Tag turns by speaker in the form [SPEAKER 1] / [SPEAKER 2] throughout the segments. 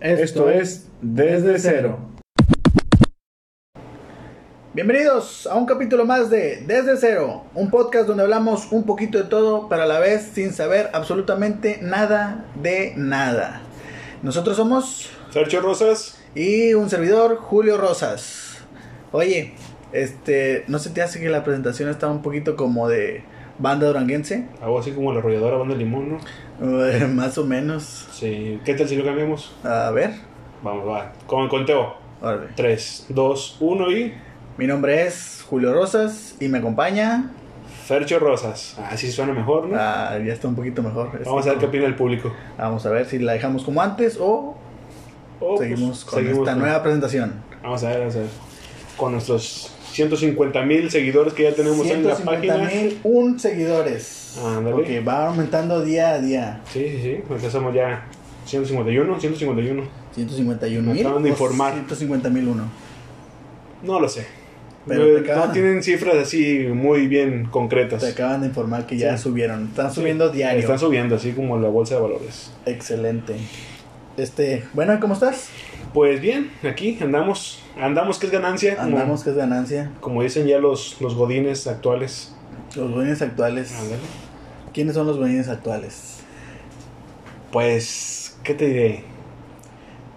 [SPEAKER 1] Esto es Desde Cero.
[SPEAKER 2] Bienvenidos a un capítulo más de Desde Cero, un podcast donde hablamos un poquito de todo, pero a la vez sin saber absolutamente nada de nada. Nosotros somos
[SPEAKER 1] Sergio Rosas.
[SPEAKER 2] y un servidor, Julio Rosas. Oye, este, ¿no se te hace que la presentación está un poquito como de banda duranguense?
[SPEAKER 1] Algo así como la arrolladora banda limón, ¿no?
[SPEAKER 2] Eh, más o menos.
[SPEAKER 1] Sí. ¿Qué tal si lo cambiamos?
[SPEAKER 2] A ver,
[SPEAKER 1] Vamos, va. Con el conteo.
[SPEAKER 2] órale.
[SPEAKER 1] 3, 2, 1 y...
[SPEAKER 2] Mi nombre es Julio Rosas y me acompaña.
[SPEAKER 1] Sergio Rosas. Así suena mejor, ¿no?
[SPEAKER 2] Ah, ya está un poquito mejor. Es-
[SPEAKER 1] Vamos a ver qué opina el público.
[SPEAKER 2] Vamos a ver si la dejamos como antes o
[SPEAKER 1] Oh, pues,
[SPEAKER 2] seguimos con
[SPEAKER 1] seguimos
[SPEAKER 2] esta
[SPEAKER 1] con-
[SPEAKER 2] nueva presentación.
[SPEAKER 1] Vamos a ver, vamos a ver. Con nuestros 150 mil seguidores que ya tenemos en la página.
[SPEAKER 2] un seguidores.
[SPEAKER 1] Ándale.
[SPEAKER 2] Porque va aumentando día a día.
[SPEAKER 1] Sí, sí, sí. Empezamos ya 151, 151.
[SPEAKER 2] 151
[SPEAKER 1] Me
[SPEAKER 2] mil.
[SPEAKER 1] acaban de
[SPEAKER 2] o
[SPEAKER 1] informar.
[SPEAKER 2] 150 mil uno.
[SPEAKER 1] No lo sé.
[SPEAKER 2] Pero te
[SPEAKER 1] No-
[SPEAKER 2] acaban-
[SPEAKER 1] no tienen cifras así muy bien concretas.
[SPEAKER 2] Te acaban de informar que ya
[SPEAKER 1] Sí.
[SPEAKER 2] subieron. Están subiendo
[SPEAKER 1] Sí,
[SPEAKER 2] diario.
[SPEAKER 1] Están subiendo, así como la bolsa de valores.
[SPEAKER 2] Excelente. Este, bueno, ¿cómo estás?
[SPEAKER 1] Pues bien, aquí andamos. Andamos, que es ganancia. Como,
[SPEAKER 2] Andamos que es ganancia.
[SPEAKER 1] como dicen ya los, los godines actuales.
[SPEAKER 2] Los dueños actuales. ¿Quiénes son los dueños actuales?
[SPEAKER 1] Pues, ¿qué te diré?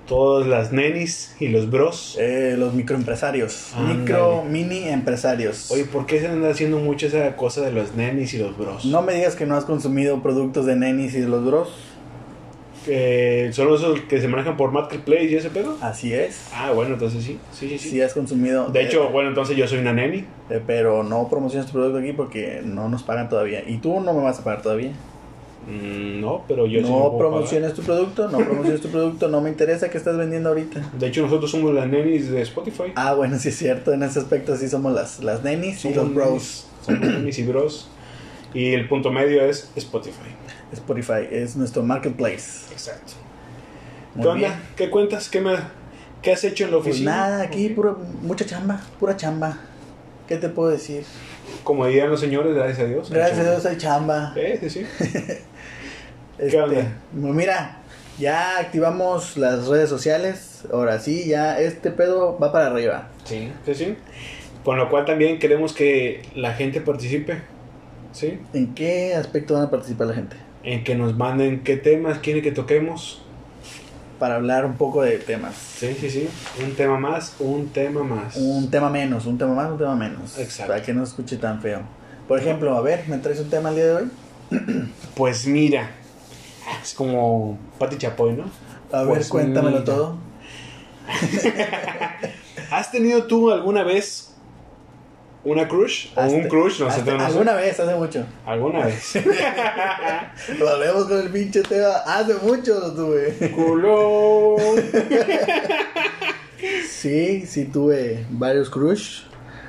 [SPEAKER 1] Todas las nenis y los bros.
[SPEAKER 2] Eh, los microempresarios.
[SPEAKER 1] Ándale.
[SPEAKER 2] Micro, mini empresarios.
[SPEAKER 1] Oye, ¿por qué se anda haciendo mucho esa cosa de los nenis y los bros?
[SPEAKER 2] No me digas que no has consumido productos de nenis y de los bros.
[SPEAKER 1] Eh, ¿Son esos que se manejan por Marketplace y ese pedo?
[SPEAKER 2] Así es.
[SPEAKER 1] Ah, bueno, entonces sí. Sí, sí, sí.
[SPEAKER 2] Sí has consumido.
[SPEAKER 1] de
[SPEAKER 2] eh,
[SPEAKER 1] hecho, bueno, entonces yo soy una neni.
[SPEAKER 2] eh, pero no promociones tu producto aquí porque no nos pagan todavía. Y tú no me vas a pagar todavía.
[SPEAKER 1] Mm, no, pero yo sí me
[SPEAKER 2] no
[SPEAKER 1] puedo
[SPEAKER 2] promociones tu producto, no promociones tu producto. No me interesa que estás vendiendo ahorita.
[SPEAKER 1] pagar. De hecho, nosotros somos las nenis de Spotify.
[SPEAKER 2] Ah, bueno, sí es cierto. En ese aspecto sí somos las, las nenis y
[SPEAKER 1] Somos
[SPEAKER 2] los bros.
[SPEAKER 1] nenis, Somos nenis y bros. Y el punto medio es Spotify.
[SPEAKER 2] Spotify es nuestro marketplace.
[SPEAKER 1] Exacto.
[SPEAKER 2] Muy
[SPEAKER 1] ¿Qué onda?
[SPEAKER 2] bien.
[SPEAKER 1] ¿Qué cuentas? ¿Qué, me, ¿Qué has hecho en la
[SPEAKER 2] Pues
[SPEAKER 1] oficina?
[SPEAKER 2] nada, aquí pura, mucha chamba, pura chamba. ¿Qué te puedo decir?
[SPEAKER 1] Como dirían los señores, gracias a Dios.
[SPEAKER 2] Gracias a Dios hay chamba.
[SPEAKER 1] Eh, sí, sí.
[SPEAKER 2] Este,
[SPEAKER 1] onda?
[SPEAKER 2] Mira, ya activamos las redes sociales. Ahora sí, ya este pedo va para arriba.
[SPEAKER 1] Sí, sí, sí. Con lo cual también queremos que la gente participe. ¿Sí?
[SPEAKER 2] ¿En qué aspecto van a participar la gente?
[SPEAKER 1] En que nos manden qué temas quieren que toquemos.
[SPEAKER 2] Para hablar un poco de temas.
[SPEAKER 1] Sí, sí, sí. Un tema más, un tema más.
[SPEAKER 2] Un tema menos, un tema más, un tema menos.
[SPEAKER 1] Exacto.
[SPEAKER 2] Para que no escuche tan feo. Por ejemplo, a ver, ¿me traes un tema el día de hoy?
[SPEAKER 1] Pues mira, es como Pati Chapoy, ¿no?
[SPEAKER 2] A ver,
[SPEAKER 1] Pues
[SPEAKER 2] cuéntamelo
[SPEAKER 1] mira.
[SPEAKER 2] todo.
[SPEAKER 1] ¿Has tenido tú alguna vez una crush? ¿O
[SPEAKER 2] Hasta-
[SPEAKER 1] un crush? No sé,
[SPEAKER 2] hasta-
[SPEAKER 1] no sé.
[SPEAKER 2] Alguna vez, hace mucho.
[SPEAKER 1] ¿Alguna vez?
[SPEAKER 2] Volvemos con el pinche tema. Hace mucho lo tuve.
[SPEAKER 1] Culo.
[SPEAKER 2] Sí, sí tuve varios crush.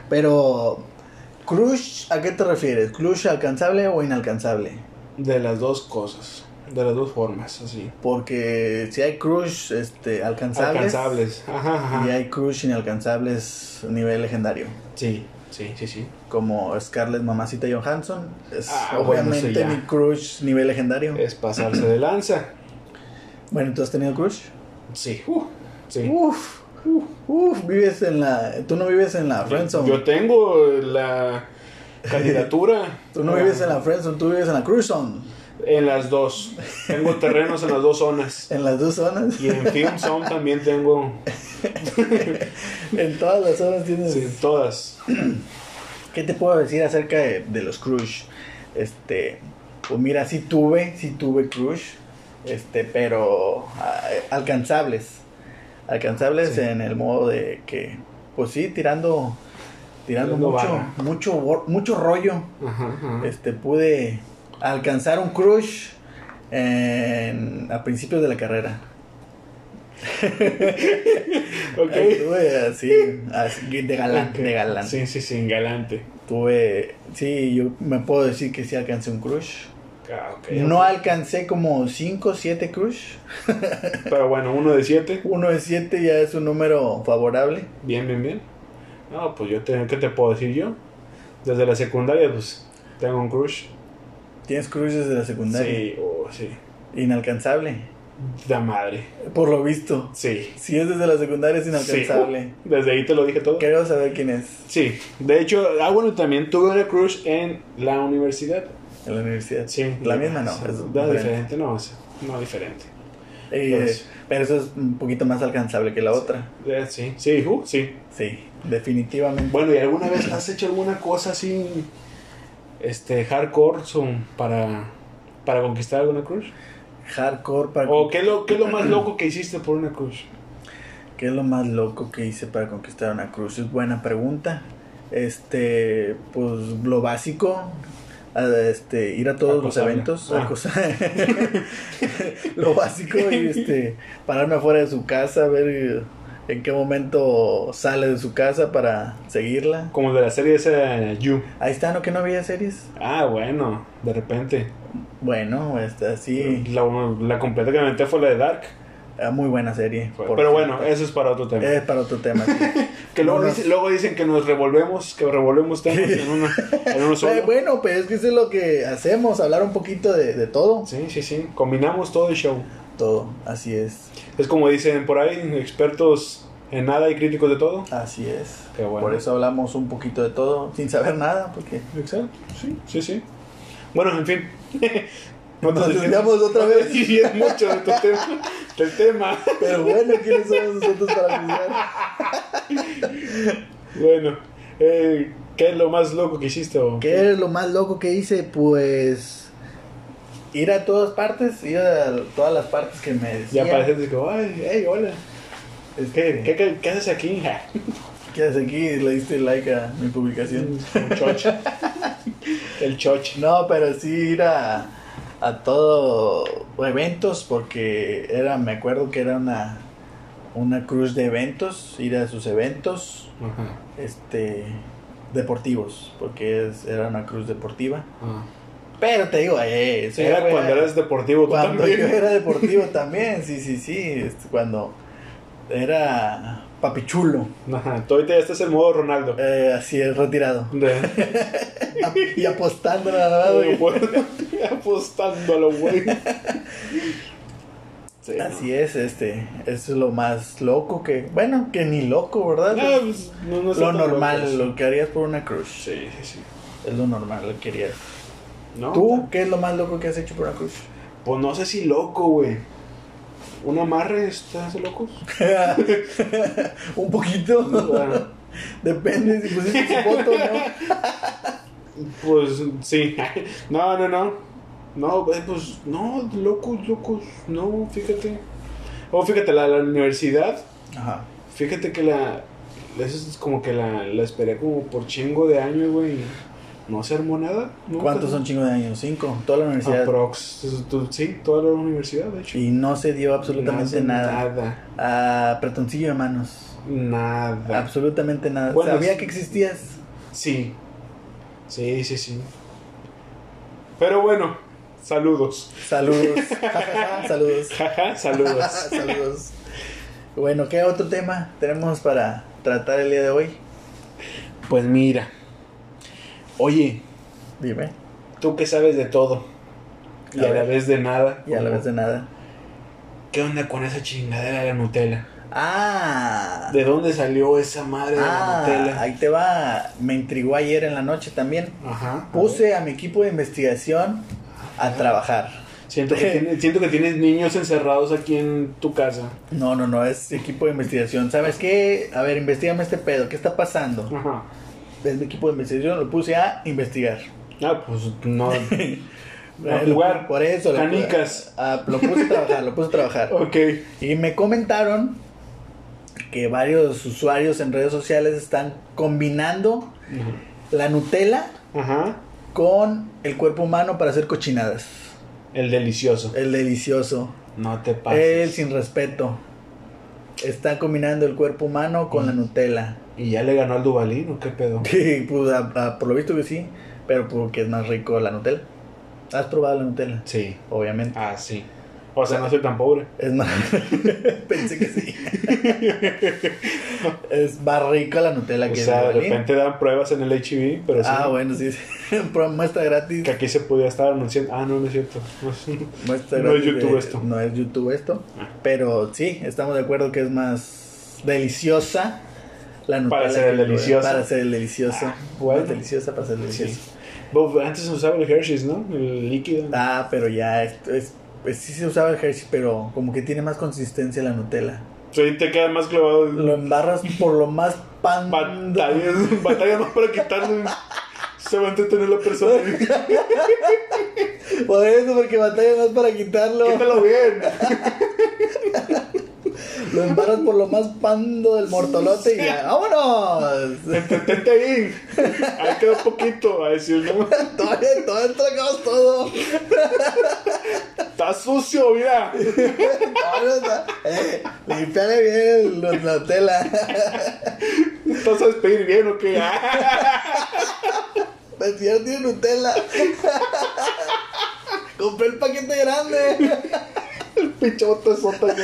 [SPEAKER 2] Pero, ¿crush a qué te refieres? ¿Crush alcanzable o inalcanzable?
[SPEAKER 1] De las dos cosas, de las dos formas, así.
[SPEAKER 2] Porque si hay crush este, alcanzables,
[SPEAKER 1] Alcanzables. Ajá, ajá.
[SPEAKER 2] y hay crush inalcanzables nivel legendario.
[SPEAKER 1] Sí, sí, sí, sí.
[SPEAKER 2] Como Scarlett Mamacita Johansson. Es
[SPEAKER 1] Ah, bueno,
[SPEAKER 2] obviamente
[SPEAKER 1] sí, ya.
[SPEAKER 2] mi crush nivel legendario.
[SPEAKER 1] Es pasarse de lanza.
[SPEAKER 2] Bueno, ¿tú has tenido crush?
[SPEAKER 1] Sí. Uh, sí.
[SPEAKER 2] Uf, uf, uf, vives en la... Tú no vives en la friendzone.
[SPEAKER 1] Yo tengo la candidatura.
[SPEAKER 2] Tú no vives en la friendzone, tú vives en la crush zone.
[SPEAKER 1] En las dos. Tengo terrenos en las dos zonas.
[SPEAKER 2] En las dos zonas.
[SPEAKER 1] Y en Film Zone también tengo.
[SPEAKER 2] En todas las zonas tienes...
[SPEAKER 1] sí, todas.
[SPEAKER 2] ¿Qué te puedo decir acerca de, de los crush? Este, pues mira, sí tuve, sí tuve crush, este, pero ah, alcanzables. Alcanzables
[SPEAKER 1] Sí.
[SPEAKER 2] en el modo de que, pues sí, tirando, tirando
[SPEAKER 1] Tirando
[SPEAKER 2] mucho,
[SPEAKER 1] barra.
[SPEAKER 2] mucho, bor- mucho rollo.
[SPEAKER 1] Ajá, ajá.
[SPEAKER 2] Este, pude alcanzar un crush en- a principios de la carrera.
[SPEAKER 1] Ok.
[SPEAKER 2] Estuve así, así, de galán, de galán.
[SPEAKER 1] Sí, sí, sí, galante.
[SPEAKER 2] Tuve, sí, yo me puedo decir que sí alcancé un crush.
[SPEAKER 1] Ah, ok.
[SPEAKER 2] No alcancé como 5 o 7 crush.
[SPEAKER 1] Pero bueno, uno de siete.
[SPEAKER 2] Uno de 7 ya es un número favorable.
[SPEAKER 1] Bien, bien, bien. No, pues yo te, ¿qué te puedo decir yo? Desde la secundaria, pues tengo un crush.
[SPEAKER 2] Tienes crush desde la secundaria.
[SPEAKER 1] Sí, oh, sí.
[SPEAKER 2] Inalcanzable.
[SPEAKER 1] Da madre.
[SPEAKER 2] Por lo visto.
[SPEAKER 1] Sí.
[SPEAKER 2] Si es desde la secundaria es inalcanzable.
[SPEAKER 1] Sí. Uh, Desde ahí te lo dije todo.
[SPEAKER 2] Quiero saber quién es
[SPEAKER 1] Sí. De hecho, ah, bueno, también tuve una crush en la universidad.
[SPEAKER 2] en la universidad.
[SPEAKER 1] Sí.
[SPEAKER 2] La misma no.
[SPEAKER 1] Sí,
[SPEAKER 2] es
[SPEAKER 1] da
[SPEAKER 2] diferente.
[SPEAKER 1] diferente, no, es- no diferente.
[SPEAKER 2] Eh,
[SPEAKER 1] Entonces-
[SPEAKER 2] pero eso es un poquito más alcanzable que la otra.
[SPEAKER 1] Eh, sí, sí, uh, sí.
[SPEAKER 2] Sí, definitivamente.
[SPEAKER 1] Bueno, ¿y alguna vez has hecho alguna cosa así, este, hardcore son, para, para conquistar alguna crush?
[SPEAKER 2] Hardcore para...
[SPEAKER 1] ¿O qué es, lo, qué es lo más loco que hiciste por una crush?
[SPEAKER 2] ¿Qué es lo más loco que hice para conquistar una cruz? Es buena pregunta. Este, pues lo básico, a- este, ir a todos
[SPEAKER 1] Acosarla.
[SPEAKER 2] los eventos,
[SPEAKER 1] Ah.
[SPEAKER 2] acosar. lo básico y este, pararme afuera de su casa, ver eh, en qué momento sale de su casa para seguirla.
[SPEAKER 1] Como de la serie esa You.
[SPEAKER 2] Ahí está, ¿no? Que no había series.
[SPEAKER 1] Ah, bueno, de repente.
[SPEAKER 2] Bueno, este, así,
[SPEAKER 1] La, la completa que me aventé fue la de Dark.
[SPEAKER 2] ah, muy buena serie.
[SPEAKER 1] Fue-
[SPEAKER 2] por
[SPEAKER 1] Pero
[SPEAKER 2] cierto.
[SPEAKER 1] bueno, eso es Pues, para otro tema.
[SPEAKER 2] es para otro tema. sí. Eh,
[SPEAKER 1] que luego,
[SPEAKER 2] no.
[SPEAKER 1] dice- luego dicen que nos revolvemos, que revolvemos temas en uno, en uno solo.
[SPEAKER 2] Eh, bueno, pues es que eso es lo que hacemos, hablar un poquito de, de todo.
[SPEAKER 1] Sí, sí, sí. Combinamos todo el show.
[SPEAKER 2] Todo, así es,
[SPEAKER 1] Es como dicen por ahí, expertos en nada y críticos de todo.
[SPEAKER 2] así es.
[SPEAKER 1] Qué bueno.
[SPEAKER 2] Por eso hablamos un poquito de todo, sin saber nada, porque
[SPEAKER 1] Exacto, sí, sí, sí. Bueno, en fin.
[SPEAKER 2] Nos
[SPEAKER 1] te desvíes-
[SPEAKER 2] desviamos otra
[SPEAKER 1] no
[SPEAKER 2] vez.
[SPEAKER 1] te desvíes mucho de tu tema, del tema.
[SPEAKER 2] Pero bueno, ¿quiénes somos nosotros para juzgar?
[SPEAKER 1] Bueno, eh, ¿qué es lo más loco que hiciste? o
[SPEAKER 2] ¿Qué es lo más loco que hice? Pues ir a todas partes, ir a todas las partes que me
[SPEAKER 1] Ya
[SPEAKER 2] decían.
[SPEAKER 1] apareces como, ay, hey, hola. ¿Qué,
[SPEAKER 2] Este,
[SPEAKER 1] qué, qué- qué haces aquí? Ja.
[SPEAKER 2] ¿Qué haces aquí? Le diste like a mi publicación.
[SPEAKER 1] Un chocho. Mm, El chocho.
[SPEAKER 2] No, pero sí ir a, a todo o eventos porque era, me acuerdo que era una una cruz de eventos, ir a sus eventos,
[SPEAKER 1] Ajá.
[SPEAKER 2] este deportivos, porque es, era una cruz deportiva.
[SPEAKER 1] Ah.
[SPEAKER 2] Pero te digo, eh, eso ya
[SPEAKER 1] Era
[SPEAKER 2] fue-
[SPEAKER 1] cuando eras deportivo. tú
[SPEAKER 2] cuando
[SPEAKER 1] también.
[SPEAKER 2] yo era deportivo también, sí, sí, sí, este, cuando era papichulo,
[SPEAKER 1] Ajá. Tú ahorita ya estás en modo Ronaldo.
[SPEAKER 2] eh, así es retirado
[SPEAKER 1] De-
[SPEAKER 2] y apostando nada más, ah, güey.
[SPEAKER 1] Apostándolo, güey. Sí, no.
[SPEAKER 2] Así es, este, eso es lo más loco que, bueno, que ni loco, ¿verdad?
[SPEAKER 1] No, pues, no, no sé
[SPEAKER 2] Ah, lo
[SPEAKER 1] tan
[SPEAKER 2] normal,
[SPEAKER 1] locos.
[SPEAKER 2] lo que harías por una crush,
[SPEAKER 1] Sí, sí, sí.
[SPEAKER 2] es lo normal, lo que harías.
[SPEAKER 1] ¿No?
[SPEAKER 2] ¿Tú qué es lo más loco que has hecho por una crush?
[SPEAKER 1] Pues no sé si loco, güey. ¿Un amarre estás locos?
[SPEAKER 2] Un poquito,
[SPEAKER 1] Ah,
[SPEAKER 2] depende si pusiste su foto o no.
[SPEAKER 1] pues sí. No, no, no. No, eh, pues no, locos, locos. No, fíjate. Oh, fíjate, la, la universidad.
[SPEAKER 2] Ajá,
[SPEAKER 1] Fíjate que la. Eso es como que la, la esperé como por chingo de años, güey. y No se armó nada. nunca.
[SPEAKER 2] ¿cuántos son chingo de años? Cinco, toda la universidad.
[SPEAKER 1] Aprox. es- tú- Sí, toda la universidad, de hecho.
[SPEAKER 2] Y no se dio absolutamente nada.
[SPEAKER 1] Nada.
[SPEAKER 2] A pretoncillo de manos.
[SPEAKER 1] Nada.
[SPEAKER 2] Ah, pues, Absolutamente nada.
[SPEAKER 1] Bueno,
[SPEAKER 2] Sabía
[SPEAKER 1] es-
[SPEAKER 2] que existías.
[SPEAKER 1] Sí. Sí, sí, sí. Pero bueno, saludos.
[SPEAKER 2] Saludos. Saludos.
[SPEAKER 1] Jaja, saludos.
[SPEAKER 2] Saludos. Bueno, ¿qué otro tema tenemos para tratar el día de hoy?
[SPEAKER 1] Pues mira. Oye,
[SPEAKER 2] Dime.
[SPEAKER 1] tú que sabes de todo. Y
[SPEAKER 2] A
[SPEAKER 1] a, la
[SPEAKER 2] ver.
[SPEAKER 1] vez de nada.
[SPEAKER 2] Y a la vez de nada.
[SPEAKER 1] ¿Qué onda con esa chingadera de la Nutella?
[SPEAKER 2] Ah.
[SPEAKER 1] ¿De dónde salió esa madre de
[SPEAKER 2] ah,
[SPEAKER 1] la Nutella?
[SPEAKER 2] ahí te va. Me intrigó ayer en la noche también.
[SPEAKER 1] Ajá. a ver.
[SPEAKER 2] Puse a mi equipo de investigación a trabajar.
[SPEAKER 1] Siento que, tiene- siento que tienes niños encerrados aquí en tu casa.
[SPEAKER 2] No, no, no, es equipo de investigación. ¿Sabes qué? A ver, investigame este pedo. ¿Qué está pasando?
[SPEAKER 1] Ajá.
[SPEAKER 2] Es mi equipo de investigación, lo puse a investigar.
[SPEAKER 1] Ah, pues no. A
[SPEAKER 2] Eh, lo-
[SPEAKER 1] jugar.
[SPEAKER 2] Por eso. lo-
[SPEAKER 1] Canicas.
[SPEAKER 2] ah, lo puse a trabajar, lo puse a trabajar.
[SPEAKER 1] ok.
[SPEAKER 2] Y me comentaron que varios usuarios en redes sociales están combinando la Nutella
[SPEAKER 1] Ajá.
[SPEAKER 2] con el cuerpo humano para hacer cochinadas.
[SPEAKER 1] El delicioso.
[SPEAKER 2] El delicioso,
[SPEAKER 1] No te
[SPEAKER 2] el
[SPEAKER 1] pases.
[SPEAKER 2] sin respeto. Están combinando el cuerpo humano con la Nutella.
[SPEAKER 1] ¿Y ya le ganó al Dubalín o qué pedo?
[SPEAKER 2] Que, pues, a- a- por lo visto que sí, pero porque es más rico la Nutella. ¿Has probado la Nutella?
[SPEAKER 1] Sí.
[SPEAKER 2] Obviamente.
[SPEAKER 1] Ah, sí. O sea, no soy tan pobre.
[SPEAKER 2] Es más, pensé que sí. es más rica la Nutella
[SPEAKER 1] O
[SPEAKER 2] que
[SPEAKER 1] sea, de
[SPEAKER 2] el Vivalín.
[SPEAKER 1] repente dan pruebas en el HIV, pero sí,
[SPEAKER 2] Ah, bueno, sí. sí. Pero muestra gratis.
[SPEAKER 1] que aquí se podía estar anunciando. Ah, no, no es cierto.
[SPEAKER 2] Muestra
[SPEAKER 1] No es
[SPEAKER 2] gratis
[SPEAKER 1] YouTube
[SPEAKER 2] de-
[SPEAKER 1] esto. Ah.
[SPEAKER 2] No es YouTube esto. Pero sí, estamos de acuerdo que es más deliciosa la Nutella.
[SPEAKER 1] Para ser el
[SPEAKER 2] que-
[SPEAKER 1] delicioso.
[SPEAKER 2] Para ser el delicioso.
[SPEAKER 1] Ah, bueno.
[SPEAKER 2] Más deliciosa para ser el delicioso.
[SPEAKER 1] Sí. Bueno, antes se usaba el Hershey's, ¿no? El líquido.
[SPEAKER 2] Ah, pero ya es, es- pues sí se usaba el Hershey, pero como que tiene más consistencia la Nutella.
[SPEAKER 1] O sea, ahí te queda más clavado. en
[SPEAKER 2] Lo embarras por lo más
[SPEAKER 1] Mm.
[SPEAKER 2] pan.
[SPEAKER 1] Batallas, batallas más para quitarlo. Se va a entretener la persona.
[SPEAKER 2] Por eso, porque batalla más para quitarlo.
[SPEAKER 1] Quítalo bien.
[SPEAKER 2] Lo embarras por lo más pando del mortolote y ya. ¡Vámonos!
[SPEAKER 1] Entretente ahí. Ahí quedó poquito. A decir, no,
[SPEAKER 2] Todavía, todavía tragamos todo.
[SPEAKER 1] está sucio, mira.
[SPEAKER 2] Todavía está- Eh, limpiale bien la Nutella.
[SPEAKER 1] ¿Estás a despedir bien o qué?
[SPEAKER 2] El señor tiene Nutella. Compré el paquete grande.
[SPEAKER 1] Pinche bota sota,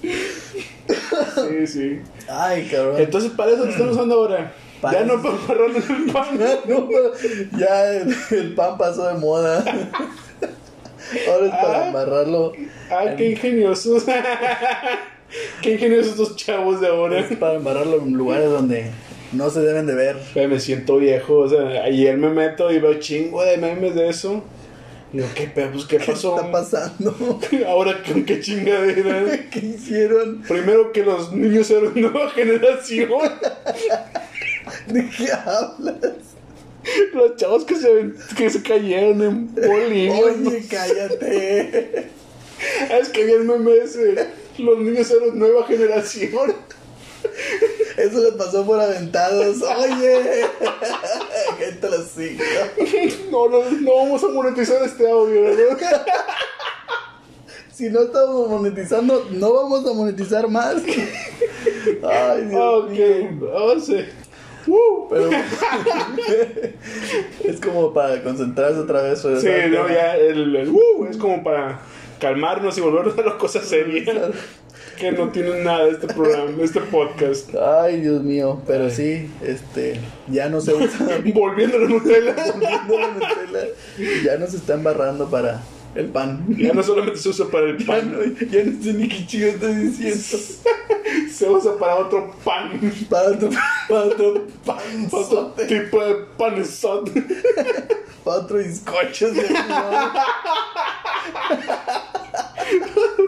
[SPEAKER 1] Sí, sí.
[SPEAKER 2] Ay, cabrón.
[SPEAKER 1] Entonces, para eso te están usando ahora.
[SPEAKER 2] Para
[SPEAKER 1] ya no
[SPEAKER 2] eso.
[SPEAKER 1] para embarrar el pan.
[SPEAKER 2] No, ya el, el pan pasó de moda. Ahora es para
[SPEAKER 1] Ah.
[SPEAKER 2] embarrarlo.
[SPEAKER 1] Ah, qué ingeniosos. qué ingeniosos estos chavos de ahora.
[SPEAKER 2] Es para embarrarlo en lugares donde no se deben de ver.
[SPEAKER 1] Güey, me siento viejo, o sea, ayer me meto y veo chingo de memes de eso. Y digo, ¿qué pedo? Pues, ¿qué
[SPEAKER 2] ¿Qué
[SPEAKER 1] pasó?
[SPEAKER 2] está pasando?
[SPEAKER 1] Ahora, ¿con qué chingadera?
[SPEAKER 2] ¿Qué hicieron?
[SPEAKER 1] Primero que los niños eran nueva generación.
[SPEAKER 2] ¿De qué hablas?
[SPEAKER 1] Los chavos que se, ven- que se cayeron en Bolivia.
[SPEAKER 2] Oye, cállate.
[SPEAKER 1] Es que vi el meme ese. Los niños eran nueva generación.
[SPEAKER 2] Eso les pasó por aventados. Oye. Gente los cinco.
[SPEAKER 1] No, no, no vamos a monetizar este audio, ¿verdad?
[SPEAKER 2] Si no estamos monetizando, no vamos a monetizar más. Ay, Dios
[SPEAKER 1] Ok,
[SPEAKER 2] mío.
[SPEAKER 1] vamos a... Uh,
[SPEAKER 2] Pero es como para concentrarse otra vez. sobre
[SPEAKER 1] sí,
[SPEAKER 2] esa-
[SPEAKER 1] no, ya el, el uh es como para calmarnos y volvernos a las cosas serias. que no tienen nada de este programa, de este podcast.
[SPEAKER 2] Ay, Dios mío, pero sí, este, ya no se usa
[SPEAKER 1] Volviendo a la Nutella.
[SPEAKER 2] no la Nutella, ya nos está embarrando para el pan.
[SPEAKER 1] Ya no solamente se usa para el
[SPEAKER 2] Ya
[SPEAKER 1] pan,
[SPEAKER 2] no, ya no sé ni qué chido estás diciendo.
[SPEAKER 1] se usa para otro pan.
[SPEAKER 2] Para tu, para tu
[SPEAKER 1] Para otro
[SPEAKER 2] panzote,
[SPEAKER 1] tipo de panesote.
[SPEAKER 2] para otro bizcocho. Dios mío.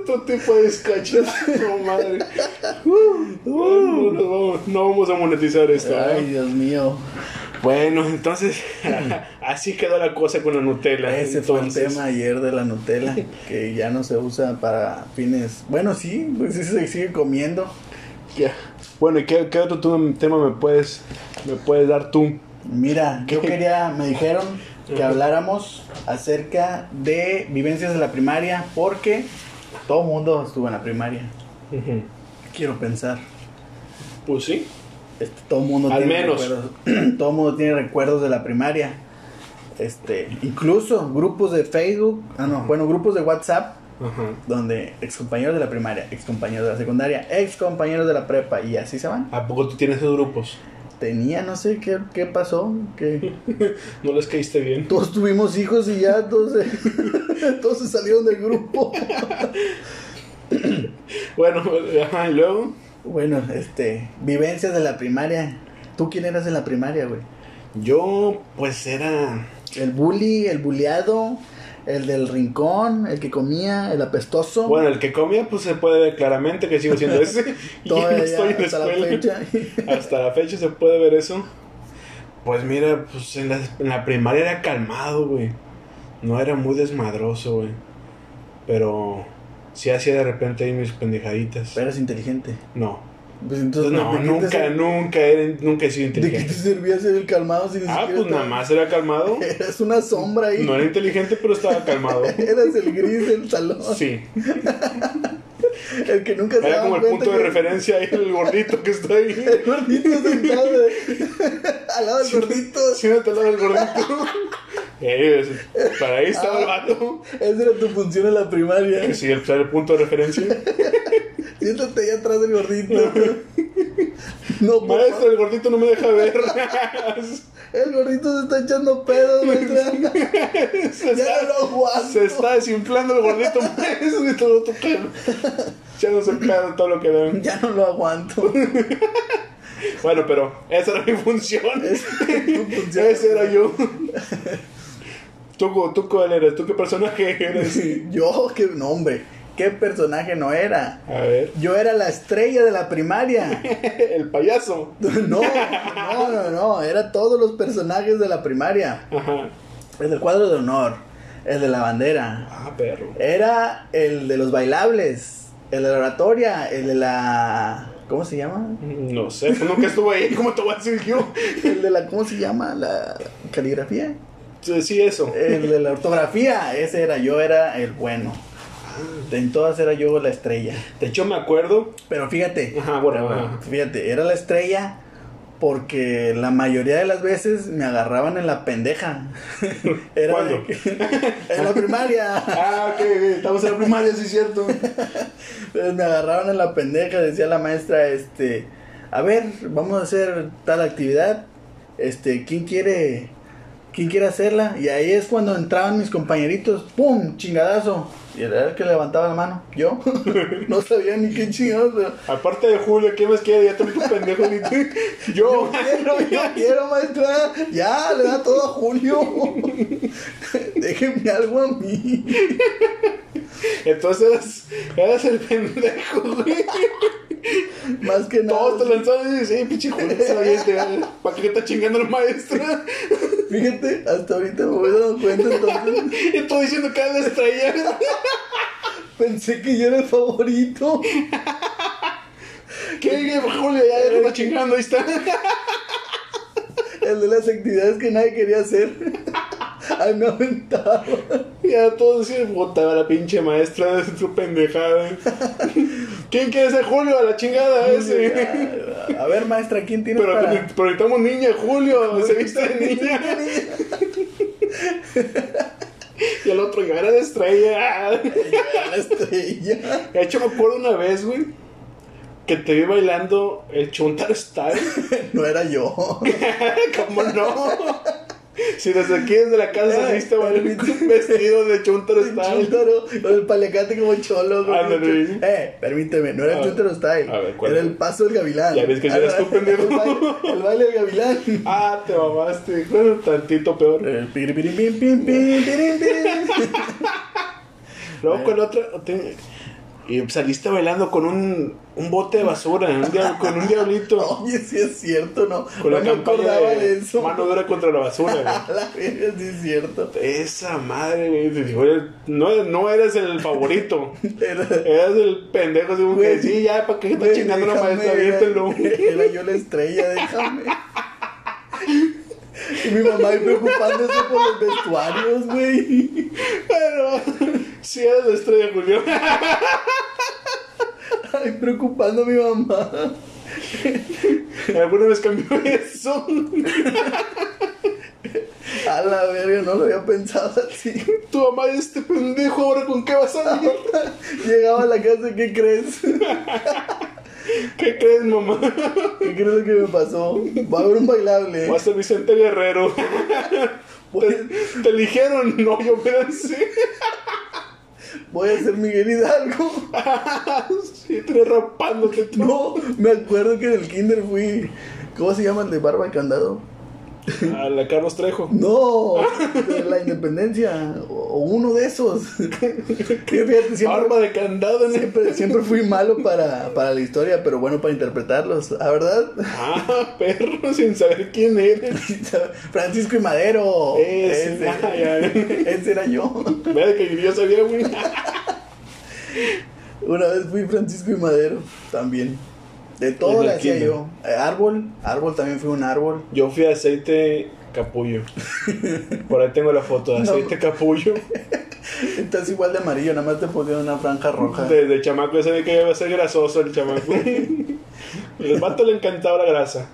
[SPEAKER 1] Otro tipo de escachas. No, madre. No, no, no, no vamos a monetizar esto. ¿eh?
[SPEAKER 2] Uh, Ay, Dios mío.
[SPEAKER 1] Bueno, entonces, así quedó la cosa con la Nutella.
[SPEAKER 2] Ese fue
[SPEAKER 1] entonces.
[SPEAKER 2] el tema ayer de la Nutella, que ya no se usa para fines. Bueno, sí, pues sí se sigue comiendo.
[SPEAKER 1] Ya. Bueno, ¿y qué, qué otro tu- tema me puedes, me puedes dar tú?
[SPEAKER 2] Mira, yo quería, me dijeron que habláramos acerca de vivencias de la primaria, porque todo mundo estuvo en la primaria. Quiero pensar.
[SPEAKER 1] Pues sí.
[SPEAKER 2] Este, todo mundo
[SPEAKER 1] Al
[SPEAKER 2] tiene
[SPEAKER 1] menos.
[SPEAKER 2] recuerdos. todo mundo tiene recuerdos de la primaria. Este, incluso grupos de Facebook, ah no, bueno, grupos de WhatsApp
[SPEAKER 1] Ajá.
[SPEAKER 2] donde excompañeros de la primaria, excompañeros de la secundaria, excompañeros de la prepa y así se van.
[SPEAKER 1] ¿A poco tú tienes esos grupos?
[SPEAKER 2] Tenía, no sé qué, qué pasó, que
[SPEAKER 1] ¿No les caíste bien?
[SPEAKER 2] todos tuvimos hijos y ya todos se, todos se salieron del grupo.
[SPEAKER 1] Bueno, ajá, y luego.
[SPEAKER 2] Bueno, este, vivencias de la primaria. ¿Tú quién eras en la primaria, güey?
[SPEAKER 1] Yo, pues era.
[SPEAKER 2] El bully, el bulleado, el del rincón, el que comía, el apestoso.
[SPEAKER 1] Bueno, el que comía, pues se puede ver claramente que sigo siendo ese. y ya no
[SPEAKER 2] Todavía
[SPEAKER 1] estoy en la
[SPEAKER 2] hasta la
[SPEAKER 1] escuela.
[SPEAKER 2] fecha.
[SPEAKER 1] Hasta la fecha se puede ver eso. Pues mira, pues en la, en la primaria era calmado, güey. No era muy desmadroso, güey. Pero sí hacía de repente ahí mis pendejaditas.
[SPEAKER 2] Pero eres inteligente.
[SPEAKER 1] No.
[SPEAKER 2] Pues
[SPEAKER 1] Entonces,
[SPEAKER 2] entonces,
[SPEAKER 1] no,
[SPEAKER 2] ¿de qué te
[SPEAKER 1] nunca,
[SPEAKER 2] ser-
[SPEAKER 1] nunca, era, nunca he sido
[SPEAKER 2] ¿De qué te
[SPEAKER 1] inteligente.
[SPEAKER 2] servía ser el calmado si ni
[SPEAKER 1] Ah,
[SPEAKER 2] siquiera
[SPEAKER 1] pues
[SPEAKER 2] te-
[SPEAKER 1] nada más era calmado.
[SPEAKER 2] Eras una sombra ahí.
[SPEAKER 1] No era inteligente, pero estaba calmado.
[SPEAKER 2] Eras el gris del salón.
[SPEAKER 1] Sí.
[SPEAKER 2] El que nunca se
[SPEAKER 1] Era
[SPEAKER 2] daba
[SPEAKER 1] como el
[SPEAKER 2] cuenta
[SPEAKER 1] punto de
[SPEAKER 2] que-
[SPEAKER 1] referencia ahí, el gordito que está ahí.
[SPEAKER 2] El gordito sentado de- al lado del gordito.
[SPEAKER 1] Siéntate al lado del gordito. Eh, es- para ahí estaba el vato.
[SPEAKER 2] Esa era tu función en la primaria.
[SPEAKER 1] Que sí, el, era el punto de referencia.
[SPEAKER 2] Siéntate allá atrás del gordito. No, por favor.
[SPEAKER 1] Maestro, el gordito no me deja ver.
[SPEAKER 2] El gordito se está echando pedos, maestra.
[SPEAKER 1] Se
[SPEAKER 2] Ya no
[SPEAKER 1] está,
[SPEAKER 2] lo aguanto.
[SPEAKER 1] se está desinflando el gordito, maestro. Y todo tu cara. Echándose cara todo lo que dan.
[SPEAKER 2] Ya no lo aguanto.
[SPEAKER 1] Bueno, pero esa era mi función.
[SPEAKER 2] Esa
[SPEAKER 1] Ese era yo. ¿Tú, cu- ¿Tú cuál eres? ¿Tú qué personaje eres?
[SPEAKER 2] Yo, qué nombre. ¿Qué personaje no era?
[SPEAKER 1] A ver.
[SPEAKER 2] Yo era la estrella de la primaria.
[SPEAKER 1] El payaso.
[SPEAKER 2] No, no, no, no. Era todos los personajes de la primaria.
[SPEAKER 1] Ajá.
[SPEAKER 2] El del cuadro de honor. El de la bandera.
[SPEAKER 1] Ah, perro.
[SPEAKER 2] Era el de los bailables. El de la oratoria. El de la. ¿Cómo se llama?
[SPEAKER 1] No sé, pues nunca estuve ahí. ¿Cómo te voy a decir yo?
[SPEAKER 2] El de la. ¿Cómo se llama? La caligrafía.
[SPEAKER 1] Sí, sí, eso.
[SPEAKER 2] El de la ortografía. Ese era yo, era el bueno. En todas era yo la estrella.
[SPEAKER 1] De hecho, me acuerdo.
[SPEAKER 2] Pero fíjate,
[SPEAKER 1] Ajá, bueno,
[SPEAKER 2] pero
[SPEAKER 1] ajá.
[SPEAKER 2] fíjate, era la estrella porque la mayoría de las veces me agarraban en la pendeja. Era
[SPEAKER 1] ¿Cuándo?
[SPEAKER 2] de que- en la primaria.
[SPEAKER 1] Ah, ok, ok, estamos en la primaria, sí, es cierto.
[SPEAKER 2] Entonces, me agarraron en la pendeja, decía la maestra, este, a ver, vamos a hacer tal actividad, este, ¿quién quiere, quién quiere hacerla? Y ahí es cuando entraban mis compañeritos, ¡pum! chingadazo. Y era el que levantaba la mano, yo. no sabía ni qué chingados.
[SPEAKER 1] Aparte de Julio, ¿qué más quiere? Ya también tu pendejo. ni tú. Yo.
[SPEAKER 2] Quiero, yo quiero, maestra. Ya, le da todo a Julio. Déjenme algo a mí.
[SPEAKER 1] Entonces, eras el pendejo, güey.
[SPEAKER 2] Más que nada.
[SPEAKER 1] Todos te lanzaron y dices, "Ey, pinche Julio, no sabía este, ¿vale? ¿para qué está chingando la maestra?
[SPEAKER 2] Fíjate, hasta ahorita me voy dando cuenta. Entonces
[SPEAKER 1] Y tú diciendo que era la estrella.
[SPEAKER 2] pensé que yo era el favorito.
[SPEAKER 1] ¿Qué, qué, Julio? Ya déjalo chingando, ahí está.
[SPEAKER 2] El de las actividades que nadie quería hacer. Ahí me aventaba.
[SPEAKER 1] Ya todos decían, puta, la pinche maestra es tu pendejada. ¿Quién quiere ser Julio? A la chingada ese.
[SPEAKER 2] A ver, maestra, ¿quién tiene
[SPEAKER 1] Pero
[SPEAKER 2] para.?
[SPEAKER 1] pero necesitamos niña, Julio, se viste de niña. Y el otro, yo era de estrella.
[SPEAKER 2] La estrella.
[SPEAKER 1] De hecho, me acuerdo una vez, güey, que te vi bailando el Chuntar Style.
[SPEAKER 2] No era yo.
[SPEAKER 1] ¿Cómo no? Si desde aquí, desde la casa, saliste bailando
[SPEAKER 2] Ay,
[SPEAKER 1] vestido de Chuntar Style.
[SPEAKER 2] Chuntaro, con el palecate como cholo. güey.
[SPEAKER 1] Ándale.
[SPEAKER 2] Eh, permíteme, no
[SPEAKER 1] A
[SPEAKER 2] era el
[SPEAKER 1] ver.
[SPEAKER 2] Chuntaro Style.
[SPEAKER 1] A ver, ¿cuál
[SPEAKER 2] era
[SPEAKER 1] era?
[SPEAKER 2] el paso del gavilán.
[SPEAKER 1] Ya ves que sí eras tú, pendejo.
[SPEAKER 2] El baile, el baile del gavilán.
[SPEAKER 1] Ah, te mamaste. Bueno, tantito peor.
[SPEAKER 2] El piri, piri, pim, pim, pim, piri, piri.
[SPEAKER 1] Luego con otra. te- y saliste bailando con un, un bote de basura, un dia- con un diablito.
[SPEAKER 2] Oye, sí es cierto, ¿no?
[SPEAKER 1] Con
[SPEAKER 2] no
[SPEAKER 1] la
[SPEAKER 2] me
[SPEAKER 1] campaña
[SPEAKER 2] acordaba
[SPEAKER 1] de,
[SPEAKER 2] de eso.
[SPEAKER 1] mano dura contra la basura, güey.
[SPEAKER 2] A la verga, sí es cierto.
[SPEAKER 1] Esa madre, güey. te digo, No, no eres el favorito.
[SPEAKER 2] Era,
[SPEAKER 1] Eras el pendejo, así como que
[SPEAKER 2] Güey,
[SPEAKER 1] sí, ya, ¿para qué está
[SPEAKER 2] güey,
[SPEAKER 1] chingando la
[SPEAKER 2] déjame,
[SPEAKER 1] maestra?
[SPEAKER 2] era-
[SPEAKER 1] Viértelo.
[SPEAKER 2] Era yo la estrella, déjame. Y mi mamá ahí preocupándose por los vestuarios, güey.
[SPEAKER 1] Pero, sí, eres la estrella, Julio.
[SPEAKER 2] Ay, preocupando a mi mamá.
[SPEAKER 1] ¿Alguna vez cambió eso?
[SPEAKER 2] A la verga, no lo había pensado así.
[SPEAKER 1] Tu mamá es este pendejo, ¿ahora con qué vas a ir?
[SPEAKER 2] Llegaba a la casa, ¿qué crees?
[SPEAKER 1] ¿Qué crees, mamá?
[SPEAKER 2] ¿Qué crees lo que me pasó? Va a haber un bailable.
[SPEAKER 1] Va a ser Vicente Guerrero.
[SPEAKER 2] Voy,
[SPEAKER 1] ¿Te, te eligieron? No, yo pensé.
[SPEAKER 2] voy a ser Miguel Hidalgo.
[SPEAKER 1] Sí, te rapándote tú.
[SPEAKER 2] No, me acuerdo que en el kinder fui... ¿Cómo se llama el de barba y candado?
[SPEAKER 1] A la Carlos Trejo.
[SPEAKER 2] No, de la independencia. O, o uno de esos. Que fíjate, siempre,
[SPEAKER 1] Arma de candado en el...
[SPEAKER 2] siempre, siempre fui malo para, para la historia, pero bueno para interpretarlos. La verdad,
[SPEAKER 1] Ah, perro, sin saber quién eres.
[SPEAKER 2] Francisco y Madero.
[SPEAKER 1] Ese,
[SPEAKER 2] Ese.
[SPEAKER 1] ah, ya.
[SPEAKER 2] Ese era yo.
[SPEAKER 1] Vea que yo sabía, güey.
[SPEAKER 2] Una vez fui Francisco y Madero también. De todo
[SPEAKER 1] Desde
[SPEAKER 2] le
[SPEAKER 1] el
[SPEAKER 2] hacía
[SPEAKER 1] kinder.
[SPEAKER 2] yo. Eh, Árbol, árbol también fui un árbol.
[SPEAKER 1] Yo fui aceite capullo. Por ahí tengo la foto de aceite capullo.
[SPEAKER 2] Estás igual de amarillo, nada más te ponían una franja roja.
[SPEAKER 1] Desde el chamaco ya sabía que iba a ser grasoso el chamaco. El vato le encantaba la grasa.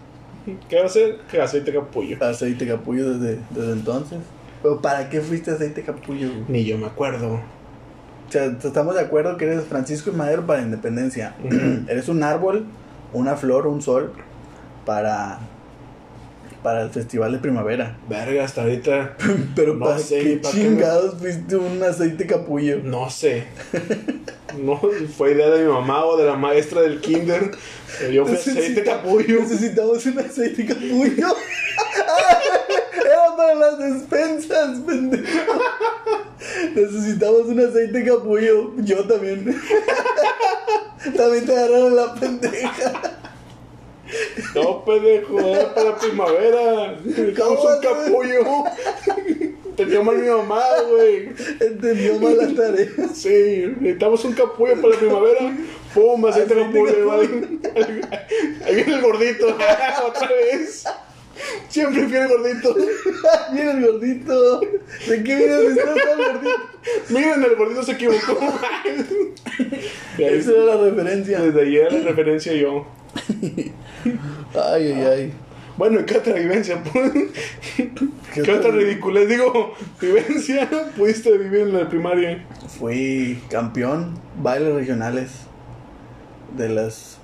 [SPEAKER 1] ¿Qué va a ser? Que aceite capullo.
[SPEAKER 2] Aceite capullo desde, desde entonces. ¿Pero para qué fuiste aceite capullo? güey?
[SPEAKER 1] Ni yo me acuerdo.
[SPEAKER 2] O sea, estamos de acuerdo que eres Francisco y Madero para la independencia. eres un árbol, una flor, un sol para, para el festival de primavera.
[SPEAKER 1] Verga, hasta ahorita.
[SPEAKER 2] Pero
[SPEAKER 1] No
[SPEAKER 2] para
[SPEAKER 1] sé,
[SPEAKER 2] qué
[SPEAKER 1] ¿para qué me-
[SPEAKER 2] chingados fuiste un aceite capullo.
[SPEAKER 1] No sé. No, fue idea de mi mamá o de la maestra del kinder. Pero Yo fui aceite capullo.
[SPEAKER 2] Necesitamos un aceite capullo. Era para las despensas, pendejo. Necesitamos un aceite capullo. Yo también. también te agarraron la pendeja.
[SPEAKER 1] No, pendejo, era para primavera. Necesitamos un capullo. Tenía mal mi mamá, güey.
[SPEAKER 2] Entendió mal la tarea.
[SPEAKER 1] Sí, necesitamos un capullo para la primavera. Pum, aceite
[SPEAKER 2] Aceite
[SPEAKER 1] capullo. Ahí ahí viene el gordito. Otra vez. Siempre viene el gordito.
[SPEAKER 2] Mira el gordito. ¿De qué vienes disfrazado el gordito?
[SPEAKER 1] Miren, el gordito se equivocó. Y ahí
[SPEAKER 2] Esa era la referencia.
[SPEAKER 1] Desde ayer la referencia yo.
[SPEAKER 2] Ay, ay, ay.
[SPEAKER 1] Bueno, ¿y ¿qué otra vivencia? ¿Qué, otra ridiculez? Digo, vivencia pudiste vivir en la primaria.
[SPEAKER 2] Fui campeón bailes regionales de las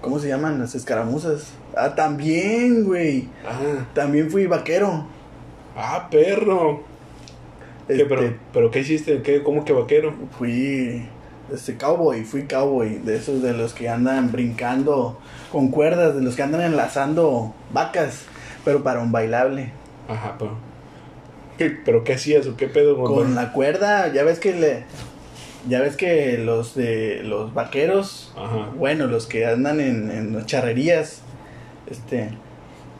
[SPEAKER 2] ¿cómo se llaman? Las escaramuzas. Ah, también, güey.
[SPEAKER 1] Ah,
[SPEAKER 2] También fui vaquero.
[SPEAKER 1] ah perro. ¿Qué,
[SPEAKER 2] Este,
[SPEAKER 1] pero, ¿Pero qué hiciste? ¿Qué, ¿Cómo que vaquero?
[SPEAKER 2] fui este cowboy, fui cowboy, de esos de los que andan brincando con cuerdas, de los que andan enlazando vacas, pero para un bailable.
[SPEAKER 1] Ajá, pero. ¿qué- ¿Pero qué hacías o qué pedo?
[SPEAKER 2] Con
[SPEAKER 1] mamá?
[SPEAKER 2] la cuerda, ya ves que le ya ves que los de los vaqueros
[SPEAKER 1] Ajá.
[SPEAKER 2] Bueno, los que andan en, en las charrerías, este,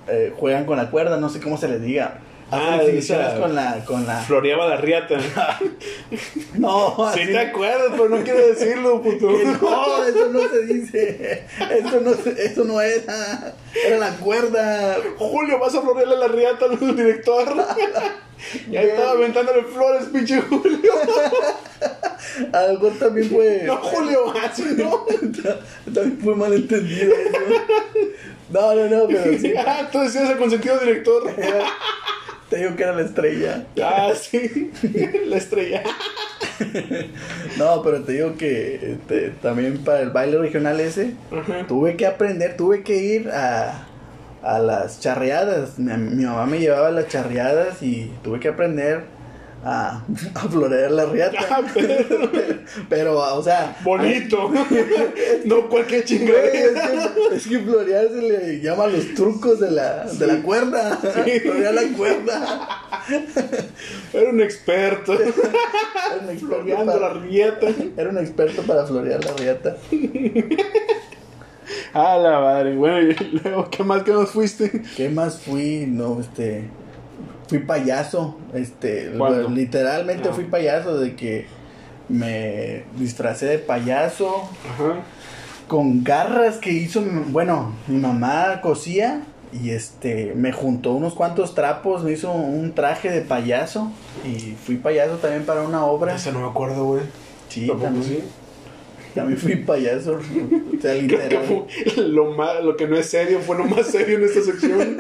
[SPEAKER 2] eh, juegan con la cuerda, no sé cómo se les diga.
[SPEAKER 1] Ah,
[SPEAKER 2] Hacen exhibiciones
[SPEAKER 1] esa-
[SPEAKER 2] con la, con la.
[SPEAKER 1] Floreaba la riata.
[SPEAKER 2] No, así-
[SPEAKER 1] Si te acuerdas, pero no quiero decirlo, puto.
[SPEAKER 2] que no, eso no se dice. Eso no, se- eso no era. Era la cuerda.
[SPEAKER 1] Julio, vas a florearle la riata al director. ya estaba aventándole flores, pinche Julio.
[SPEAKER 2] A lo mejor también fue.
[SPEAKER 1] No, Julio, así no.
[SPEAKER 2] También fue malentendido. No, no, no, no pero sí.
[SPEAKER 1] Ah, tú decías el consentido director.
[SPEAKER 2] Era- te digo que era la estrella.
[SPEAKER 1] Ah, sí. La estrella.
[SPEAKER 2] No, pero te digo que este, también para el baile regional ese.
[SPEAKER 1] Ajá.
[SPEAKER 2] Tuve que aprender, tuve que ir a, a las charreadas. Mi, mi mamá me llevaba a las charreadas y tuve que aprender a, a florear la riata.
[SPEAKER 1] Ah, pero
[SPEAKER 2] Pero, o sea.
[SPEAKER 1] bonito. No cualquier
[SPEAKER 2] ay, güey, es,
[SPEAKER 1] chingadera.
[SPEAKER 2] que, es que florear se le llama los trucos de la, de la cuerda.
[SPEAKER 1] Sí.
[SPEAKER 2] Florear la cuerda.
[SPEAKER 1] Era un experto.
[SPEAKER 2] Era un experto
[SPEAKER 1] Floreando la
[SPEAKER 2] para,
[SPEAKER 1] rieta.
[SPEAKER 2] era un experto para florear la riata.
[SPEAKER 1] Ah, la madre. Bueno, y luego, ¿qué más que nos fuiste?
[SPEAKER 2] ¿Qué más fui? No, este. Fui payaso. Este.
[SPEAKER 1] ¿Cuándo?
[SPEAKER 2] Literalmente
[SPEAKER 1] Ah.
[SPEAKER 2] fui payaso, de que me disfracé de payaso
[SPEAKER 1] Ajá.
[SPEAKER 2] con garras que hizo. mi- Bueno, mi mamá cosía y este. Me juntó unos cuantos trapos, me hizo un traje de payaso y fui payaso también para una obra.
[SPEAKER 1] Esa no me acuerdo, güey.
[SPEAKER 2] Sí,
[SPEAKER 1] Tampoco
[SPEAKER 2] también,
[SPEAKER 1] sí.
[SPEAKER 2] también fui payaso. O sea,
[SPEAKER 1] Creo que
[SPEAKER 2] literal.
[SPEAKER 1] fue lo, más, lo que no es serio fue lo más serio en esta sección.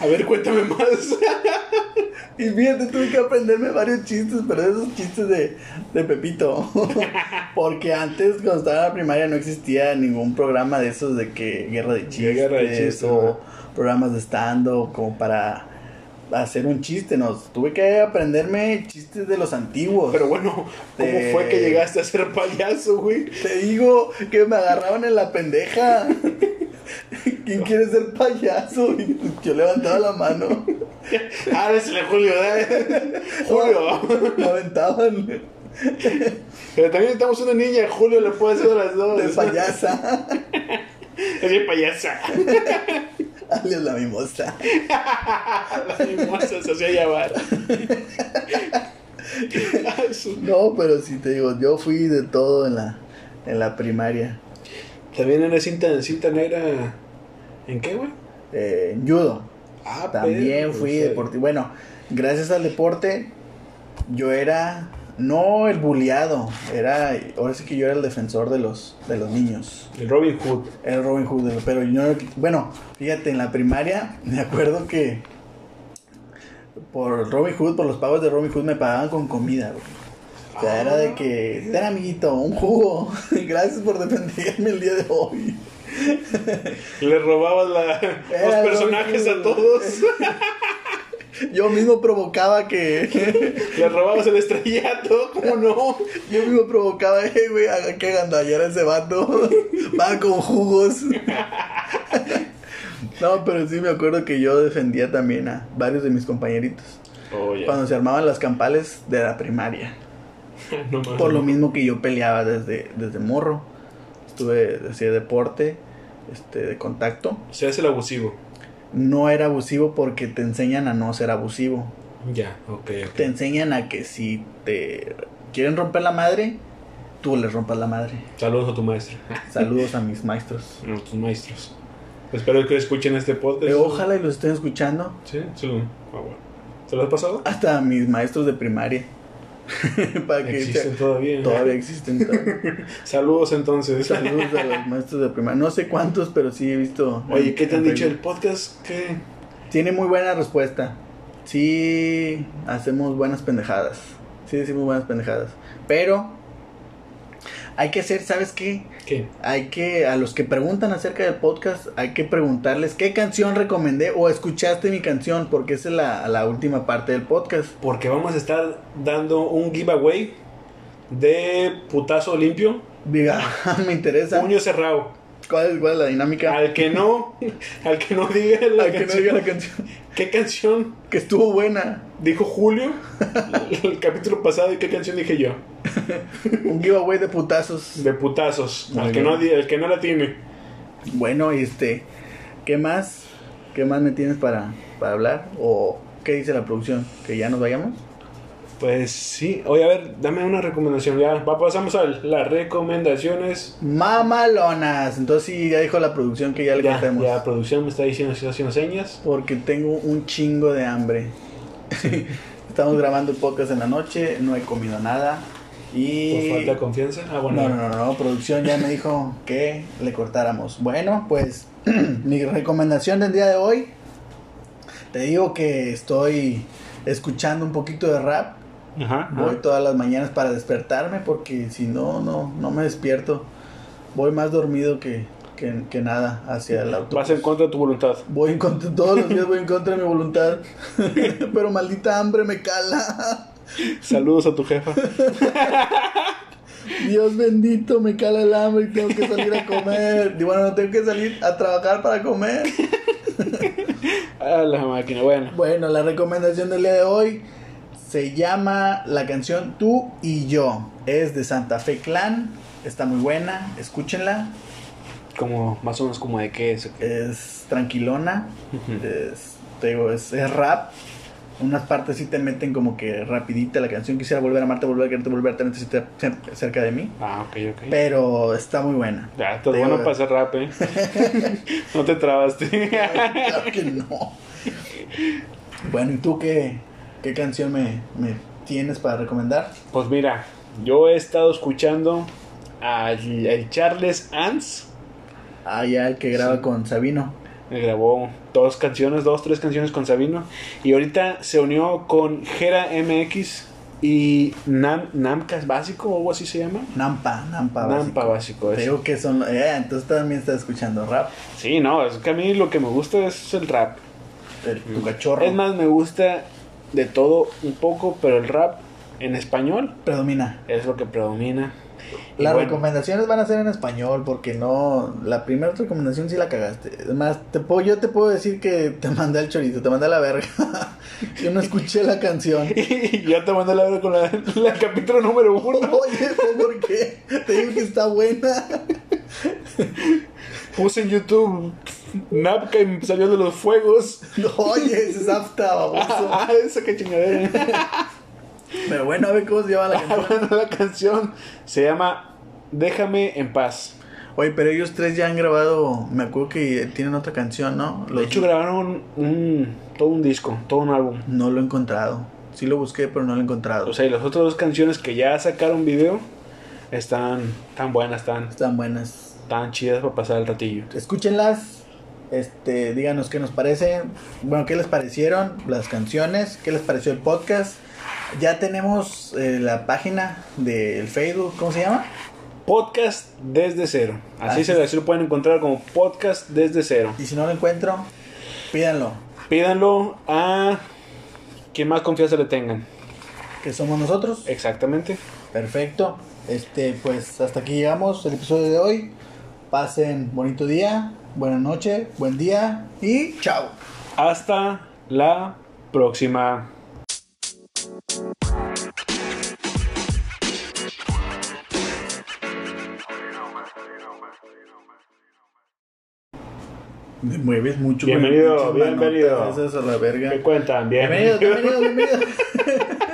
[SPEAKER 1] A ver, cuéntame más.
[SPEAKER 2] Y fíjate, tuve que aprenderme varios chistes, pero esos chistes de, de Pepito. Porque antes, cuando estaba en la primaria, no existía ningún programa de esos de que guerra de chistes,
[SPEAKER 1] Guerra de chistes,
[SPEAKER 2] o programas de stand-up, como para hacer un chiste. No, tuve que aprenderme chistes de los antiguos.
[SPEAKER 1] Pero bueno, ¿cómo
[SPEAKER 2] Te-
[SPEAKER 1] fue que llegaste a ser payaso, güey?
[SPEAKER 2] Te digo que me agarraban en la pendeja. ¿Quién quiere ser payaso? Y yo levantaba la mano.
[SPEAKER 1] Ah, el Julio, ¿eh? Julio.
[SPEAKER 2] Me aventaban.
[SPEAKER 1] Pero también necesitamos una niña, Julio le puede hacer las dos.
[SPEAKER 2] De payasa.
[SPEAKER 1] Es de payasa.
[SPEAKER 2] Alias la mimosa.
[SPEAKER 1] La mimosa se hacía llamar. Ah, su-
[SPEAKER 2] No, pero sí te digo, yo fui de todo en la, en la primaria.
[SPEAKER 1] También era cinta, cinta negra. ¿En qué, güey?
[SPEAKER 2] Eh, en judo.
[SPEAKER 1] Ah,
[SPEAKER 2] También
[SPEAKER 1] perro,
[SPEAKER 2] fui
[SPEAKER 1] o sea,
[SPEAKER 2] deportivo. Bueno, gracias al deporte, yo era no el bulleado, era ahora sí que yo era el defensor de los de los niños.
[SPEAKER 1] El Robin Hood.
[SPEAKER 2] El Robin Hood, de- pero yo no- bueno, fíjate, en la primaria me acuerdo que por Robin Hood, por los pagos de Robin Hood me pagaban con comida, güey. O sea, era de que, ten amiguito, un jugo. Gracias por defenderme el día de hoy.
[SPEAKER 1] Le robabas la- los
[SPEAKER 2] Era lo
[SPEAKER 1] personajes
[SPEAKER 2] que-
[SPEAKER 1] a todos.
[SPEAKER 2] Yo mismo provocaba que.
[SPEAKER 1] Le robabas el estrellato, ¿cómo no?
[SPEAKER 2] Yo mismo provocaba, eh, güey, a que gandallara ese vato. Va con jugos. No, pero sí me acuerdo que yo defendía también a varios de mis compañeritos.
[SPEAKER 1] Oye.
[SPEAKER 2] Cuando se armaban las campales de la primaria.
[SPEAKER 1] No mames.
[SPEAKER 2] Por lo mismo que yo peleaba desde, desde morro. Estuve, hacía deporte, este, de contacto.
[SPEAKER 1] Se hace el abusivo.
[SPEAKER 2] No era abusivo porque te enseñan a no ser abusivo.
[SPEAKER 1] Ya, ok, ok.
[SPEAKER 2] Te enseñan a que si te quieren romper la madre, tú les rompas la madre.
[SPEAKER 1] Saludos a tu maestro.
[SPEAKER 2] Saludos a mis maestros.
[SPEAKER 1] A tus maestros. Espero que escuchen este podcast.
[SPEAKER 2] Eh, ojalá y los estén escuchando.
[SPEAKER 1] Sí, sí. Ah, bueno. ¿Se lo has pasado?
[SPEAKER 2] Hasta a mis maestros de primaria. Para Ah, que
[SPEAKER 1] Existen
[SPEAKER 2] sea-
[SPEAKER 1] todavía.
[SPEAKER 2] todavía existen. todavía.
[SPEAKER 1] Saludos entonces.
[SPEAKER 2] Saludos a los maestros de primaria. No sé cuántos, pero sí he visto.
[SPEAKER 1] Oye,
[SPEAKER 2] en-
[SPEAKER 1] ¿qué te han
[SPEAKER 2] en
[SPEAKER 1] dicho del podcast? ¿Qué?
[SPEAKER 2] Tiene muy buena respuesta. Sí, hacemos buenas pendejadas. Sí, decimos buenas pendejadas. Pero hay que hacer, ¿sabes qué?
[SPEAKER 1] ¿Qué?
[SPEAKER 2] Hay que, a los que preguntan acerca del podcast, hay que preguntarles qué canción recomendé o escuchaste mi canción, porque esa es la, la última parte del podcast.
[SPEAKER 1] Porque vamos a estar dando un giveaway de putazo limpio,
[SPEAKER 2] Diga, me interesa.
[SPEAKER 1] puño cerrado.
[SPEAKER 2] ¿Cuál es, cuál es la dinámica?
[SPEAKER 1] Al que no, al que no diga la
[SPEAKER 2] Al que no
[SPEAKER 1] canción-
[SPEAKER 2] diga la canción.
[SPEAKER 1] ¿Qué canción
[SPEAKER 2] Que estuvo buena.
[SPEAKER 1] dijo Julio el, capítulo pasado y qué canción dije yo?
[SPEAKER 2] Un giveaway de putazos.
[SPEAKER 1] De putazos.
[SPEAKER 2] Muy
[SPEAKER 1] Al que,
[SPEAKER 2] bien.
[SPEAKER 1] no, di- el que no la tiene.
[SPEAKER 2] Bueno, este, ¿qué más? ¿Qué más me tienes para, para hablar? ¿O qué dice la producción? ¿Que ya nos vayamos?
[SPEAKER 1] Pues sí. Oye, a ver, dame una recomendación. Ya va, pasamos a las recomendaciones.
[SPEAKER 2] ¡Mamalonas! Entonces sí, ya dijo la producción que ya le
[SPEAKER 1] Ya,
[SPEAKER 2] contemos.
[SPEAKER 1] ya, pues. producción me está diciendo si está haciendo señas.
[SPEAKER 2] Porque tengo un chingo de hambre. Estamos grabando podcast en la noche, no he comido nada. Y...
[SPEAKER 1] Por falta de confianza. Ah, bueno.
[SPEAKER 2] No, no, no, no, producción ya me dijo que le cortáramos. Bueno, pues mi recomendación del día de hoy, te digo que estoy escuchando un poquito de rap,
[SPEAKER 1] Ajá.
[SPEAKER 2] voy todas las mañanas para despertarme porque si no, no, no me despierto, voy más dormido que, que, que nada hacia el auto.
[SPEAKER 1] Vas en contra de tu voluntad.
[SPEAKER 2] Voy en contra, todos los días voy en contra de mi voluntad, pero maldita hambre me cala,
[SPEAKER 1] Saludos a tu jefa.
[SPEAKER 2] Dios bendito, me cala el hambre y tengo que salir a comer. Y bueno, no tengo que salir a trabajar para comer.
[SPEAKER 1] A la máquina, bueno.
[SPEAKER 2] Bueno, la recomendación del día de hoy se llama la canción Tú y Yo. Es de Santa Fe Clan. Está muy buena, escúchenla.
[SPEAKER 1] Como, más o menos como de qué es.
[SPEAKER 2] Es tranquilona. Es, te digo, es, es rap. Unas partes sí te meten como que rapidita la canción. Quisiera volver a amarte, volver a quererte, volver a tenerte cer- cerca de mí.
[SPEAKER 1] Ah, ok, ok.
[SPEAKER 2] Pero está muy buena.
[SPEAKER 1] Ya, estás
[SPEAKER 2] Te digo,
[SPEAKER 1] bueno para hacer rap, ¿eh? no te trabaste.
[SPEAKER 2] claro que no. Bueno, ¿y tú qué, qué canción me, me tienes para recomendar?
[SPEAKER 1] pues mira, yo he estado escuchando al el Charles Ants.
[SPEAKER 2] Ah, ya el que graba
[SPEAKER 1] Sí.
[SPEAKER 2] con Sabino.
[SPEAKER 1] Me grabó dos canciones, dos, tres canciones con Sabino. Y ahorita se unió con Gera MX y Nam, Namcas Básico, o algo así se llama.
[SPEAKER 2] Nampa, Nampa.
[SPEAKER 1] Nampa
[SPEAKER 2] básico.
[SPEAKER 1] Básico.
[SPEAKER 2] Te
[SPEAKER 1] es.
[SPEAKER 2] digo que son. Eh, entonces también estás escuchando rap.
[SPEAKER 1] Sí, no, es que a mí lo que me gusta es el rap.
[SPEAKER 2] el- tu cachorro.
[SPEAKER 1] Mm. Es más, me gusta de todo un poco, pero el rap en español
[SPEAKER 2] Predomina.
[SPEAKER 1] es lo que predomina. Y
[SPEAKER 2] Las
[SPEAKER 1] bueno,
[SPEAKER 2] recomendaciones van a ser en español porque no. La primera recomendación sí la cagaste. Es más, te puedo, yo te puedo decir que te mandé al chorizo, te mandé a la verga. yo no escuché la canción.
[SPEAKER 1] Y ya te mandé la verga con la, la capítulo número uno.
[SPEAKER 2] Oye, ¿por qué? Te digo que está buena.
[SPEAKER 1] Puse en YouTube Napka y salió de los fuegos.
[SPEAKER 2] Oye, ese es apta, baboso.
[SPEAKER 1] Ah, esa que chingadera.
[SPEAKER 2] Pero bueno, a ver cómo se llama la canción.
[SPEAKER 1] Hablando de la canción se llama Déjame en paz.
[SPEAKER 2] Oye, pero ellos tres ya han grabado. Me acuerdo que tienen otra canción, ¿no?
[SPEAKER 1] De hecho, grabaron un, todo un disco, todo un álbum.
[SPEAKER 2] No lo he encontrado. Sí lo busqué, pero no lo he encontrado.
[SPEAKER 1] O sea, y las otras dos canciones que ya sacaron video están tan buenas, tan,
[SPEAKER 2] Están buenas.
[SPEAKER 1] tan chidas para pasar el ratillo.
[SPEAKER 2] Escúchenlas. Este, díganos qué nos parece. Bueno, qué les parecieron las canciones. ¿Qué les pareció el podcast? Ya tenemos eh, la página del Facebook, ¿cómo se llama?
[SPEAKER 1] Podcast desde cero. Así,
[SPEAKER 2] Así
[SPEAKER 1] se así lo pueden encontrar como podcast desde cero.
[SPEAKER 2] Y si no lo encuentro, pídanlo,
[SPEAKER 1] Pídanlo a quien más confianza le tengan.
[SPEAKER 2] que somos nosotros.
[SPEAKER 1] Exactamente.
[SPEAKER 2] Perfecto. Este, pues hasta aquí llegamos el episodio de hoy. Pasen bonito día, buena noche, buen día y chao.
[SPEAKER 1] Hasta la próxima.
[SPEAKER 2] Me mueves mucho.
[SPEAKER 1] Bienvenido, bienvenido.
[SPEAKER 2] Eso es a la verga.
[SPEAKER 1] ¿Qué cuentan?
[SPEAKER 2] Bienvenido, bienvenido, bienvenido.